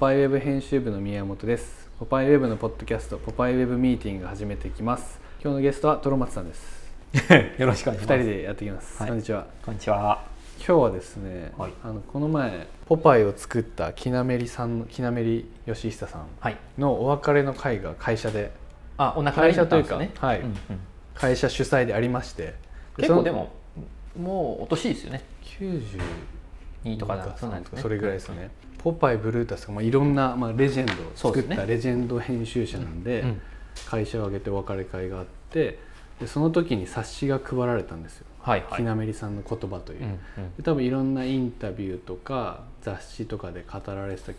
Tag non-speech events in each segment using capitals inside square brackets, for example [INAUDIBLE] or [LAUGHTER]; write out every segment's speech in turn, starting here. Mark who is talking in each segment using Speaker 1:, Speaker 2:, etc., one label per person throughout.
Speaker 1: パイウェブ編集部の宮本ですポパイウェブのポッドキャストポパイウェブミーティング始めていきます今日のゲストはトロマツさんです [LAUGHS]
Speaker 2: よろしくお願い
Speaker 1: 二
Speaker 2: しま
Speaker 1: 人
Speaker 2: す。
Speaker 1: でやっていきます、
Speaker 2: はい
Speaker 1: こんにちは
Speaker 2: こんにちは。
Speaker 1: 今日はですね、
Speaker 2: はい
Speaker 1: あのこの前ポパイを作ったきなめりさんのきなめり吉久さん
Speaker 2: はい。
Speaker 1: のお別れの会が会社で
Speaker 2: あ、お
Speaker 1: 会社という
Speaker 2: か
Speaker 1: か、はい
Speaker 2: うんうん
Speaker 1: 会社主催でありまして
Speaker 2: 結
Speaker 1: そ
Speaker 2: 構
Speaker 1: の
Speaker 2: でも、もうお年いいですよね。
Speaker 1: 90
Speaker 2: 2とかなん
Speaker 1: そ
Speaker 2: そうう
Speaker 1: な
Speaker 2: なんん
Speaker 1: でね
Speaker 2: ですすね。
Speaker 1: それぐらいですよね「ポパイブルータス」とか、まあ、いろんな、まあ、レジェンド
Speaker 2: そう
Speaker 1: を作
Speaker 2: で
Speaker 1: っ
Speaker 2: すね
Speaker 1: たレジェンド編集者なんで
Speaker 2: うん
Speaker 1: 会社を挙げてお別れ会があってでその時に冊子が配られたんですよ
Speaker 2: はいはい。
Speaker 1: ひなめりさんの言葉という
Speaker 2: うんうん
Speaker 1: で多分いろんなインタビューとか雑誌とかで語られてた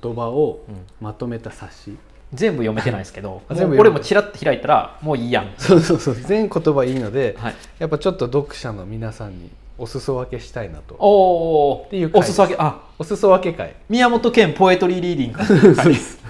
Speaker 1: 言葉を
Speaker 2: うん
Speaker 1: まとめた冊子
Speaker 2: 全部読めてないですけど、
Speaker 1: あ全部
Speaker 2: も
Speaker 1: 読
Speaker 2: う
Speaker 1: め
Speaker 2: 俺
Speaker 1: ない
Speaker 2: もちらっと開いたら、もういいやん。
Speaker 1: そうそうそう全言葉いいので
Speaker 2: はい。
Speaker 1: やっぱちょっと読者の皆さんにお裾分けしたいなと
Speaker 2: おー
Speaker 1: ていう回
Speaker 2: おすそ分け、あ、
Speaker 1: お裾分け会
Speaker 2: 宮本県ポエトリーリーディン
Speaker 1: [LAUGHS]
Speaker 2: グ。
Speaker 1: そうです。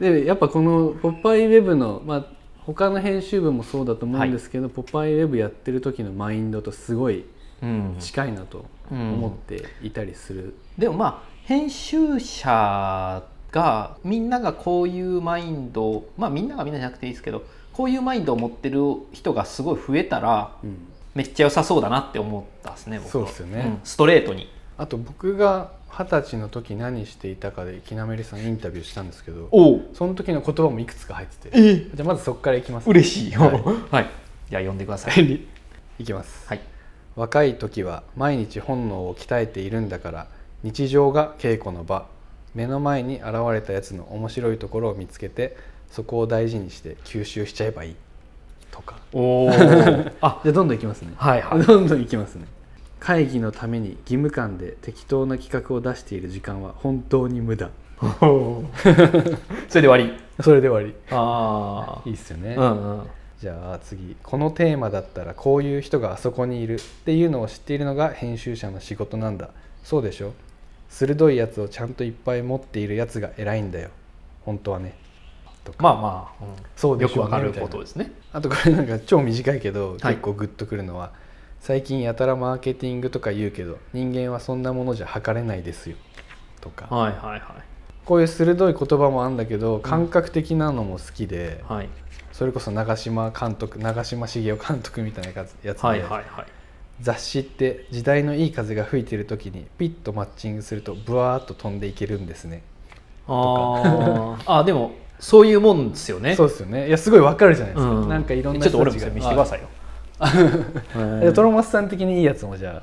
Speaker 1: でやっぱこの「ポパイウェブの」まあ、他の編集部もそうだと思うんですけど「ポパイウェブ」やってる時のマインドとすごい
Speaker 2: うん
Speaker 1: 近いなと思っていたりする、
Speaker 2: でもまあ編集者がみんながこういうマインドまあみんながみんなじゃなくていいですけどこういうマインドを持ってる人がすごい増えたら
Speaker 1: うん
Speaker 2: めっちゃ良さそうだなって思ったですね僕は
Speaker 1: そうですよね
Speaker 2: んストレートに
Speaker 1: あと僕が二十歳の時何していたかできなめりさんインタビューしたんですけど
Speaker 2: おお
Speaker 1: その時の言葉もいくつか入ってて
Speaker 2: え
Speaker 1: じゃあまずそこからいきます
Speaker 2: 嬉しいよ
Speaker 1: は
Speaker 2: [LAUGHS] はいい、じゃあ呼んでください
Speaker 1: いきます
Speaker 2: はい
Speaker 1: 若い時は毎日本能を鍛えているんだから日常が稽古の場目の前に現れたやつの面白いところを見つけてそこを大事にして吸収しちゃえばいいとか
Speaker 2: おお [LAUGHS] あ
Speaker 1: じゃあどんどんいきますね
Speaker 2: はいはい
Speaker 1: どんどんいきますね会議のために義務感で適当な企画を出している時間は本当に無駄
Speaker 2: [LAUGHS] それで終わり
Speaker 1: それで終わ
Speaker 2: あ
Speaker 1: りいいっすよね、
Speaker 2: あうんうん
Speaker 1: じゃあ次このテーマだったらこういう人があそこにいるっていうのを知っているのが編集者の仕事なんだそうでしょ鋭いやつをちゃんといっぱい持っているやつが偉いんだよ本当はね
Speaker 2: まあまあ、うん
Speaker 1: そうで
Speaker 2: よ
Speaker 1: し
Speaker 2: く
Speaker 1: ょう
Speaker 2: わ
Speaker 1: ね
Speaker 2: かることですね
Speaker 1: あとこれなんか超短いけど
Speaker 2: はい
Speaker 1: 結構グッとくるのは、最近やたらマーケティングとか言うけど人間はそんなものじゃ測れないですよとか
Speaker 2: はいはいはい
Speaker 1: こういう鋭い言葉もあるんだけど感覚的なのも好きで、
Speaker 2: はい
Speaker 1: それこそ長嶋監督長嶋茂雄監督みたいなやつで、
Speaker 2: はいはいはい
Speaker 1: 雑誌って時代のいい風が吹いてる時にピッとマッチングするとブワーッと飛んでいけるんですね
Speaker 2: あー [LAUGHS] あでもそういうもんですよね
Speaker 1: そうですよねいやすごいわかるじゃないですか、
Speaker 2: うん
Speaker 1: なんかいろんな
Speaker 2: ちょっ
Speaker 1: 人
Speaker 2: と俺
Speaker 1: たち
Speaker 2: もそ
Speaker 1: が
Speaker 2: れ見せてくださいよ
Speaker 1: あ
Speaker 2: [LAUGHS] え
Speaker 1: じゃあ
Speaker 2: ー
Speaker 1: トロマスさん的にいいやつもじゃあ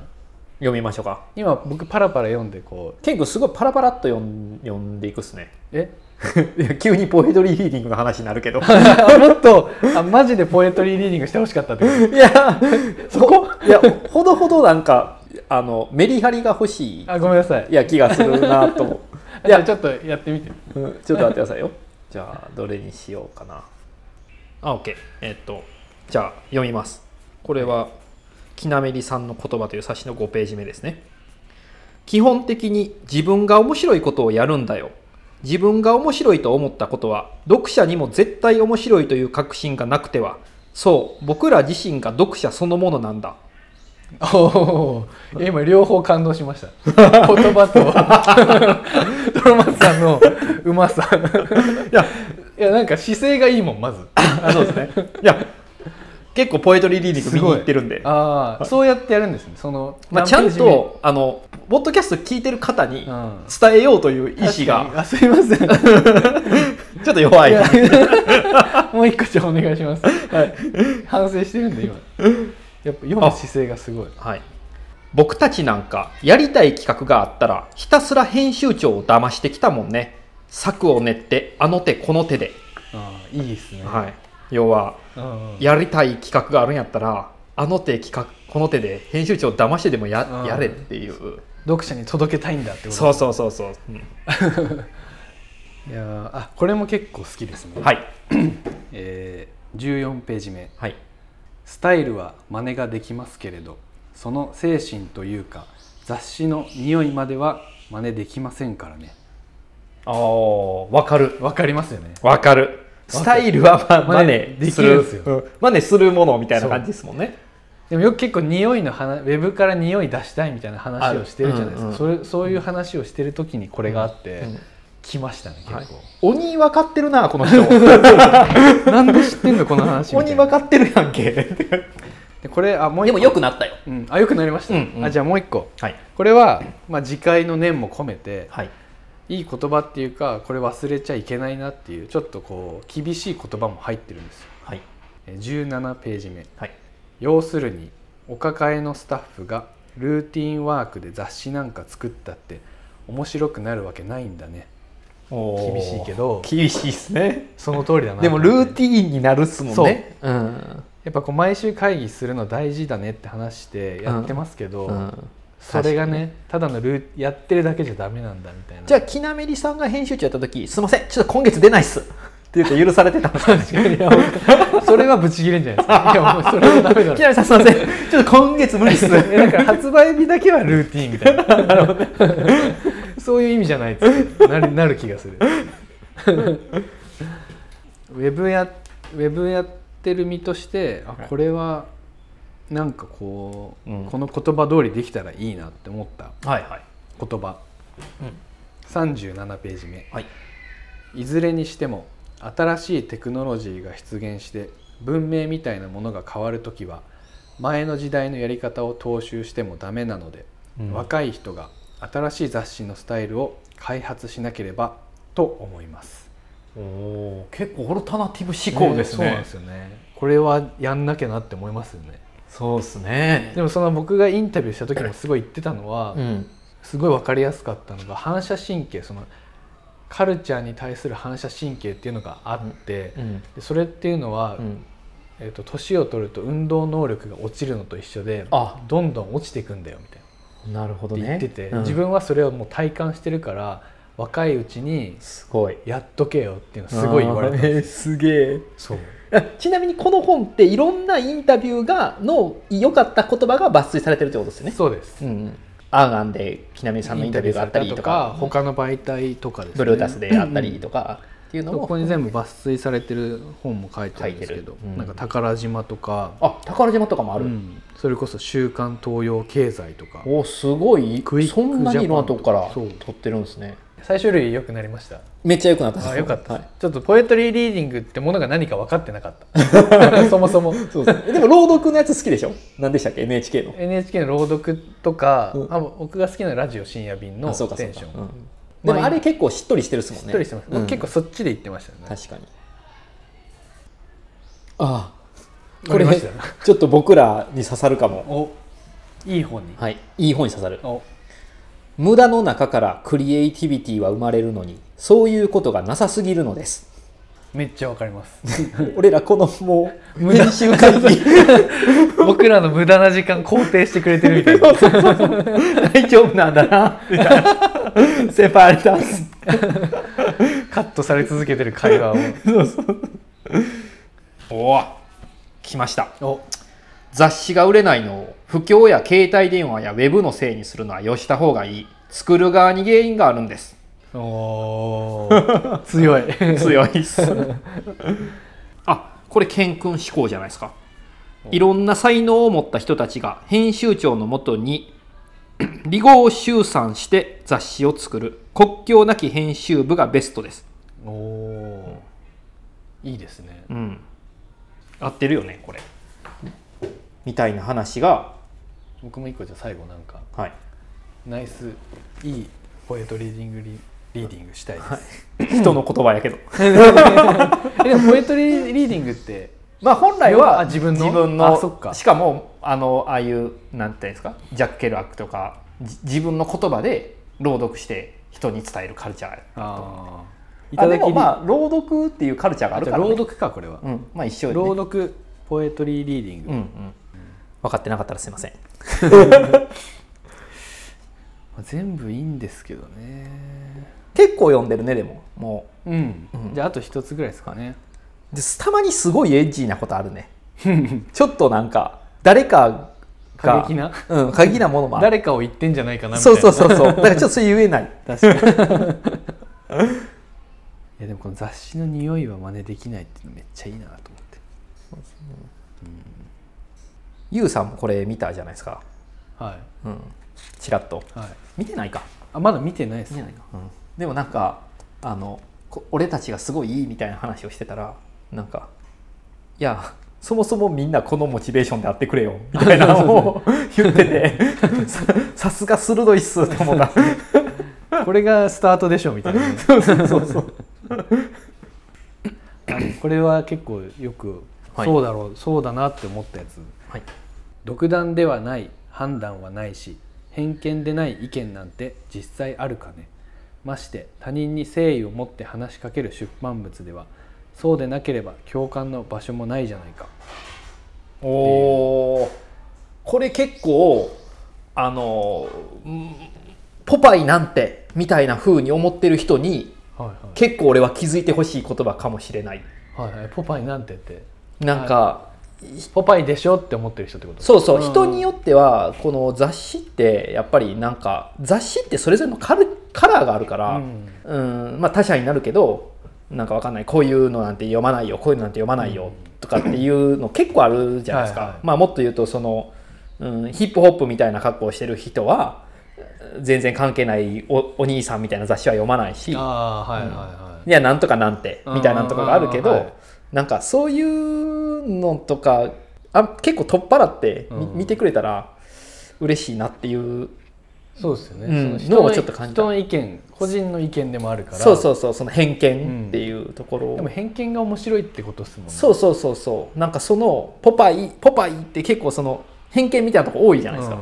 Speaker 2: 読みましょうか
Speaker 1: 今僕パラパラ読んでこう
Speaker 2: 結構すごいパラパラっと読ん読んでいくっすね
Speaker 1: え [LAUGHS]
Speaker 2: いや [LAUGHS] 急にポエトリーリーディングの話になるけど [LAUGHS] い
Speaker 1: あもっとあマジでポエトリーリーディングしてほしかったってこと
Speaker 2: やそこいやほどほどなんかあのメリハリが欲しい
Speaker 1: あごめんなさい
Speaker 2: いや気がするなと思う
Speaker 1: い
Speaker 2: い
Speaker 1: や
Speaker 2: や
Speaker 1: ちょっとやってみて
Speaker 2: うんちょっと待ってくださいよじゃあどれにしようかなあ OK えっとじゃあ読みますこれはきなめりさんの言葉という冊子の5ページ目ですね基本的に自分が面白いことをやるんだよ自分が面白いと思ったことは読者にも絶対面白いという確信がなくてはそう僕ら自身が読者そのものなんだ
Speaker 1: おお今両方感動しました言葉
Speaker 2: [LAUGHS]
Speaker 1: とトロマツさんのうまさいやいやなんか姿勢がいいもんまず
Speaker 2: あそうですね [LAUGHS] いや結構ポエトリーリーディング見に行ってるんで
Speaker 1: ああ、そうやってやるんですね。その、
Speaker 2: まあ、
Speaker 1: 何
Speaker 2: ちゃ
Speaker 1: ペー
Speaker 2: ん
Speaker 1: ジ目、
Speaker 2: とあのポッドキャスト聞いてる方に
Speaker 1: ん
Speaker 2: 伝えようという意思
Speaker 1: 確か
Speaker 2: が
Speaker 1: にあ、すいません。い
Speaker 2: ちょっと弱い
Speaker 1: やもう一個じゃあお願いします。はい。反省してるんで今。やっぱ読む姿勢がすごい。
Speaker 2: はい、僕たちなんかやりたい企画があったらひたすら編集長を騙してきたもんね策を練ってあの手この手で、
Speaker 1: ああ、いいですね。
Speaker 2: はい、要は
Speaker 1: うん
Speaker 2: やりたい企画があるんやったらあの手企画この手で編集長を騙してでもや
Speaker 1: うん
Speaker 2: やれっていう
Speaker 1: 読者に届けたいんだってこと。
Speaker 2: そうそうそうそう、うん
Speaker 1: う。いやーあ、これも結構好きですね。
Speaker 2: はい
Speaker 1: えー、14ページ目。
Speaker 2: はい
Speaker 1: スタイルは真似ができますけれど、その精神というか、雑誌の匂いまでは真似できませんからね。
Speaker 2: ああわかる
Speaker 1: わかりますよね。
Speaker 2: わかるスタイルはまあ
Speaker 1: マ
Speaker 2: マ
Speaker 1: ネ
Speaker 2: ネ
Speaker 1: でき
Speaker 2: す
Speaker 1: るん
Speaker 2: る
Speaker 1: ですよ
Speaker 2: うんマネするものみたいな感じですもんね
Speaker 1: でもよく結構匂いの話ウェブから匂い出したいみたいな話をしてるじゃないですか、
Speaker 2: ある
Speaker 1: それそういう話をしてる時にこれがあって、
Speaker 2: うん
Speaker 1: 来ましたね結構、
Speaker 2: はい鬼分かってるなこの人
Speaker 1: なんで知ってんのこの話みた
Speaker 2: [LAUGHS] 鬼
Speaker 1: いな
Speaker 2: 分かってるやんけ
Speaker 1: でこれあもう一
Speaker 2: で
Speaker 1: 個
Speaker 2: もよくなったよ
Speaker 1: うん、あよくなりました、
Speaker 2: うんうん
Speaker 1: あじゃあもう一個
Speaker 2: はい
Speaker 1: これは、まあ、次回の念も込めて
Speaker 2: はい
Speaker 1: いい言葉っていうかこれ忘れちゃいけないなっていうちょっとこう厳しい言葉も入ってるんですよ
Speaker 2: はい
Speaker 1: え17ページ目
Speaker 2: はい
Speaker 1: 要するにお抱えのスタッフがルーティンワークで雑誌なんか作ったって面白くなるわけないんだね
Speaker 2: おー
Speaker 1: 厳しいけど
Speaker 2: 厳しいっすね
Speaker 1: その通りだな
Speaker 2: でも
Speaker 1: と思
Speaker 2: ル
Speaker 1: って
Speaker 2: ーティーンになるっすもんねう、ん
Speaker 1: やっぱこう毎週会議するの大事だねって話してやってますけど、
Speaker 2: うん、
Speaker 1: それが
Speaker 2: 確かに
Speaker 1: ねただのルーやってるだけじゃダメなんだみたいな
Speaker 2: じゃあきなめりさんが編集長やった時すいませんちょっと今月出ないっすって言うと許されてたんですか
Speaker 1: 確かにいや本当それはブチ切れんじゃないです [LAUGHS] かいやもうそれはダメだ [LAUGHS]
Speaker 2: きなめりさんすいませんちょっと今月無理っ [LAUGHS] す
Speaker 1: えだから発売日だけはルーティンみたいなそういう意味じゃないっつってなるなる気がするウェブやウェブやってる身としてあこれはなんかこう、
Speaker 2: うん
Speaker 1: この言葉通りできたらいいなって思った
Speaker 2: はいはい
Speaker 1: 言葉、
Speaker 2: うん
Speaker 1: 37ページ目
Speaker 2: はい
Speaker 1: いずれにしても新しいテクノロジーが出現して文明みたいなものが変わるときは前の時代のやり方を踏襲してもダメなので、
Speaker 2: うん
Speaker 1: 若い人が新しい雑誌のスタイルを開発しなければと思います。
Speaker 2: おお結構オルタナティブ
Speaker 1: こう
Speaker 2: 思考です
Speaker 1: そうなん
Speaker 2: ね
Speaker 1: ですよね。これはやんなきゃなって思いますよね。
Speaker 2: そうですね
Speaker 1: でもその僕がインタビューした時もすごい言ってたのは、
Speaker 2: うん
Speaker 1: すごい分かりやすかったのが反射神経そのカルチャーに対する反射神経っていうのがあって、
Speaker 2: うん
Speaker 1: でそれっていうのは、
Speaker 2: うん
Speaker 1: えー、と年を取ると運動能力が落ちるのと一緒で
Speaker 2: あ
Speaker 1: どんどん落ちていくんだよみたいな
Speaker 2: なるほど
Speaker 1: って
Speaker 2: ね
Speaker 1: 言ってて、
Speaker 2: うん
Speaker 1: 自分はそれをもう体感してるから若いうちに
Speaker 2: すごい
Speaker 1: やっとけよっていうのすごい言われたんです
Speaker 2: あーえーすげえ
Speaker 1: [LAUGHS] そう
Speaker 2: あちなみにこの本っていろんなインタビューがの良かった言葉が抜粋されてるってことですよね。
Speaker 1: そうです、
Speaker 2: うんうん、アーガンで木南さんのインタビューがあったりとか
Speaker 1: インタビューされたとか他の媒体とかですね
Speaker 2: ブルータスであったりとかっていうのも
Speaker 1: ここに全部抜粋されてる本も書いてあるんですけ
Speaker 2: 書い
Speaker 1: ど、
Speaker 2: てるうん
Speaker 1: なんか宝島とか、
Speaker 2: あ宝島とかもある、
Speaker 1: うんそれこそ「週刊東洋経済」とか
Speaker 2: おすごい
Speaker 1: クイック
Speaker 2: そんなにいろんなとこから
Speaker 1: ジャパン
Speaker 2: 撮
Speaker 1: とか
Speaker 2: ってるんですね
Speaker 1: 最終類良くなりました
Speaker 2: めっちゃ良くなったです
Speaker 1: あよかった、
Speaker 2: はい
Speaker 1: ちょっとポエトリーリーディングってものが何か分かってなかった
Speaker 2: [LAUGHS]
Speaker 1: そもそも
Speaker 2: そうですねでも朗読のやつ好きでしょ何でしたっけ NHK の
Speaker 1: NHK の朗読とか、
Speaker 2: うん
Speaker 1: あ僕が好きなラジオ深夜便の
Speaker 2: あそうかそ
Speaker 1: テ
Speaker 2: う
Speaker 1: ン
Speaker 2: か
Speaker 1: ション、
Speaker 2: うんでもあれ結構しっとりしてるっすもん
Speaker 1: し
Speaker 2: ね
Speaker 1: っとりしてます、僕
Speaker 2: うん
Speaker 1: 結構そっちで言ってましたよね
Speaker 2: 確かにああ
Speaker 1: わか
Speaker 2: こ
Speaker 1: り
Speaker 2: れ
Speaker 1: ましたよ
Speaker 2: ちょっと僕らに刺さるかも
Speaker 1: おいい本に、
Speaker 2: はいいい本に刺さる
Speaker 1: お
Speaker 2: 無駄の中からクリエイティビティは生まれるのにそういうことがなさすぎるのです
Speaker 1: めっちゃ分かります
Speaker 2: [LAUGHS]
Speaker 1: [LAUGHS]
Speaker 2: 俺らこのもう
Speaker 1: 無駄
Speaker 2: 編集会議
Speaker 1: 僕らの無駄な時間肯定してくれてるみた
Speaker 2: [LAUGHS]
Speaker 1: いな
Speaker 2: 大丈夫なんだなみたいな [LAUGHS] セパレタス
Speaker 1: カットされ続けてる会話を
Speaker 2: おお来ました [LAUGHS]
Speaker 1: お
Speaker 2: 雑誌が売れないのを不況や携帯電話やウェブのせいにするのはよした方がいい作る側に原因があるんです
Speaker 1: おー強い
Speaker 2: 強いっす [LAUGHS] あこれケン君志向じゃないですかいろんな才能を持った人たちが編集長のもとに [CLEARS THROAT] 離合集散して雑誌を作る国境なき編集部がベストです
Speaker 1: おおいいですね
Speaker 2: うん合ってるよねこれみたいな話が
Speaker 1: 僕も一個じゃあ最後なんか
Speaker 2: はい
Speaker 1: ナイスいいポエトリーディングリリーディングしたいです、
Speaker 2: 人の言葉やけど
Speaker 1: [LAUGHS] えでもポエトリーリーディングって
Speaker 2: まあ本来
Speaker 1: あ
Speaker 2: は
Speaker 1: 自分の
Speaker 2: 自分
Speaker 1: あそっか
Speaker 2: のしかもあのああいうなんていうんですかジャック・ケルアックとかじ自分の言葉で朗読して人に伝えるカルチャー
Speaker 1: あい
Speaker 2: あ
Speaker 1: た
Speaker 2: で
Speaker 1: だき
Speaker 2: も
Speaker 1: に、
Speaker 2: まあ朗読っていうカルチャーがある
Speaker 1: じ
Speaker 2: か
Speaker 1: ゃあ
Speaker 2: ら、ね、
Speaker 1: 朗読かこれは、
Speaker 2: うんまあ一緒よね
Speaker 1: 朗読ポエトリーリーディング、
Speaker 2: うんうん分かってなかったらすいません
Speaker 1: まあ全部いいんですけどね
Speaker 2: 結構読んでるねでもも
Speaker 1: うん、
Speaker 2: うん
Speaker 1: じゃああと一つぐらいですかね、
Speaker 2: うでたまにすごいエッジーなことある [LAUGHS] ねちょっとなんか誰かが
Speaker 1: 過激な
Speaker 2: うん過激なものもある
Speaker 1: 誰かを言ってんじゃないかなみたい
Speaker 2: そ
Speaker 1: な
Speaker 2: うそうそうそうだからちょっとそれ言えない確かに
Speaker 1: いやでもこの雑誌の匂いは真似できないっていうのめっちゃいいなと思って、
Speaker 2: ユウさんもこれ見たじゃないですか
Speaker 1: は
Speaker 2: うんちらっと
Speaker 1: い、はい、
Speaker 2: 見てないか
Speaker 1: あまだ見てないです
Speaker 2: 見てないか、うん、でもなんかあのこ俺たちがすごいいいみたいな話をしてたらなんかいやそもそもみんなこのモチベーションでやってくれよみたいなの [LAUGHS] を言っててささすが鋭いっすと思っ
Speaker 1: [LAUGHS]
Speaker 2: た
Speaker 1: これがスタートでしょみたいなね、 [LAUGHS]
Speaker 2: そうそうそう
Speaker 1: あのこれは結構よく、
Speaker 2: はい
Speaker 1: そうだろうそうだなって思ったやつ
Speaker 2: はい
Speaker 1: 独断ではない判断はないし偏見でない意見なんて実際あるかねまして他人に誠意を持って話しかける出版物ではそうでなければ共感の場所もないじゃないか
Speaker 2: おおこれ結構あのうんポパイなんてみたいな風に思ってる人に
Speaker 1: はいは
Speaker 2: 結構俺は気づいてほしい言葉かもしれない
Speaker 1: い、はいはい、ポパイなんてって
Speaker 2: なんか、
Speaker 1: ポパイでしょって思ってる人ってこと
Speaker 2: そうそう、
Speaker 1: ん
Speaker 2: 人によってはこの雑誌ってやっぱりなんか雑誌ってそれぞれのカルカラーがあるから、
Speaker 1: うん
Speaker 2: うんまあ他社になるけどなんかわかんないこういうのなんて読まないよこういうのなんて読まないよとかっていうの結構あるじゃないですか、
Speaker 1: はいはい
Speaker 2: まあ、もっと言うとその、うん、ヒップホップみたいな格好をしてる人は全然関係ないおお兄さんみたいな雑誌は読まないし
Speaker 1: ああはいはいはい、
Speaker 2: いやなんとかなんてみたいなのとかがあるけど、
Speaker 1: うんうんうんはい
Speaker 2: なんかそういうのとかあ結構取っ払ってみ、
Speaker 1: うん
Speaker 2: 見てくれたら嬉しいなっていう
Speaker 1: そうですよね、
Speaker 2: う
Speaker 1: その
Speaker 2: ん
Speaker 1: 人
Speaker 2: のを
Speaker 1: の
Speaker 2: ちょっと感じた
Speaker 1: 人の意見個人の意見でもあるから
Speaker 2: そうそうそうその偏見っていうところを、
Speaker 1: でも偏見が面白いってことですもんね
Speaker 2: そうそうそうそうなんかそのポパイポパイって結構その偏見みたいなとこ多いじゃないですか、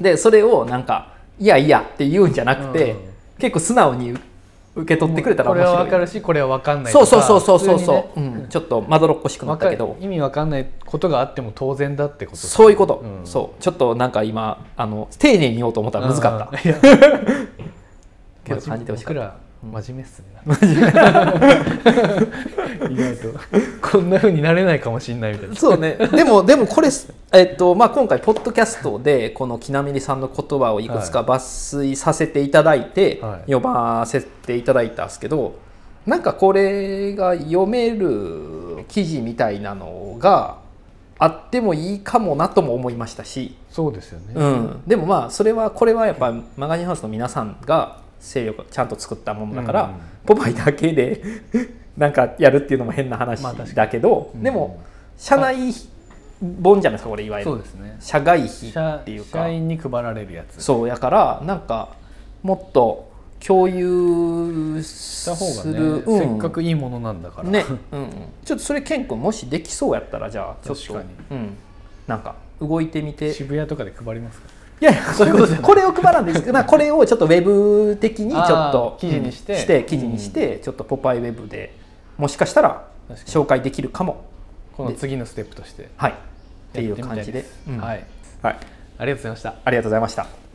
Speaker 2: でそれをなんかいやいやって言うんじゃなくて、
Speaker 1: うん
Speaker 2: 結構素直に受け取ってくれたら
Speaker 1: これ
Speaker 2: 面
Speaker 1: は
Speaker 2: 白い
Speaker 1: 分かるしこれは分かんない
Speaker 2: そうそうそうそうそう
Speaker 1: 普通にね
Speaker 2: そう、うん、ちょっとまどろっこしくなったけど
Speaker 1: わか意味わかんないことがあっても当然だってことですね
Speaker 2: そういうこと、
Speaker 1: うん
Speaker 2: そうちょっとなんか今あの丁寧に言おうと思ったら難かった、
Speaker 1: たいや
Speaker 2: けど感じてほしか
Speaker 1: 僕
Speaker 2: った
Speaker 1: ら真面目っすね意外とこんな風になれないかもしれないみたいな
Speaker 2: そう [LAUGHS] ねでもでもこれ、えっとまあ、今回ポッドキャストでこのきなめりさんの言葉をいくつか抜粋させていただいて、
Speaker 1: はい
Speaker 2: 読ませていただいたんですけどなんかこれが読める記事みたいなのがあってもいいかもなとも思いましたし
Speaker 1: そうですよね、
Speaker 2: うん、でもまあそれはこれはやっぱマガジンハウスの皆さんが勢力をちゃんと作ったものだから、
Speaker 1: うんうん
Speaker 2: ポパイだけで [LAUGHS] なんかやるっていうのも変な話
Speaker 1: まあ確かに
Speaker 2: だけど、
Speaker 1: うん
Speaker 2: でも社内本じゃないですかこれいわゆ
Speaker 1: そう
Speaker 2: る
Speaker 1: ですね
Speaker 2: 社外費
Speaker 1: 社
Speaker 2: っていうか
Speaker 1: 社員に配られるやつ
Speaker 2: そうやからなんかもっと共有
Speaker 1: し
Speaker 2: す
Speaker 1: た方
Speaker 2: る
Speaker 1: がね、
Speaker 2: うん
Speaker 1: せっかくいいものなんだから、
Speaker 2: ね、うんうん、ちょっとそれ健君もしできそうやったらじゃあちょっと
Speaker 1: 確かに
Speaker 2: うん、なんか動いてみて
Speaker 1: 渋谷とかで配りますか
Speaker 2: いやいや、そういうことじゃない [LAUGHS] これを配らんでいいですけど、なこれをちょっとウェブ的にちょっと
Speaker 1: あー記事にして
Speaker 2: うん記事にして、ちょっとポパイウェブでもしかしたら
Speaker 1: 確かに
Speaker 2: 紹介できるかも、
Speaker 1: この次のステップとして
Speaker 2: はい、っていう感じで、うん
Speaker 1: はい
Speaker 2: はい、
Speaker 1: ありがとうございました
Speaker 2: ありがとうございました。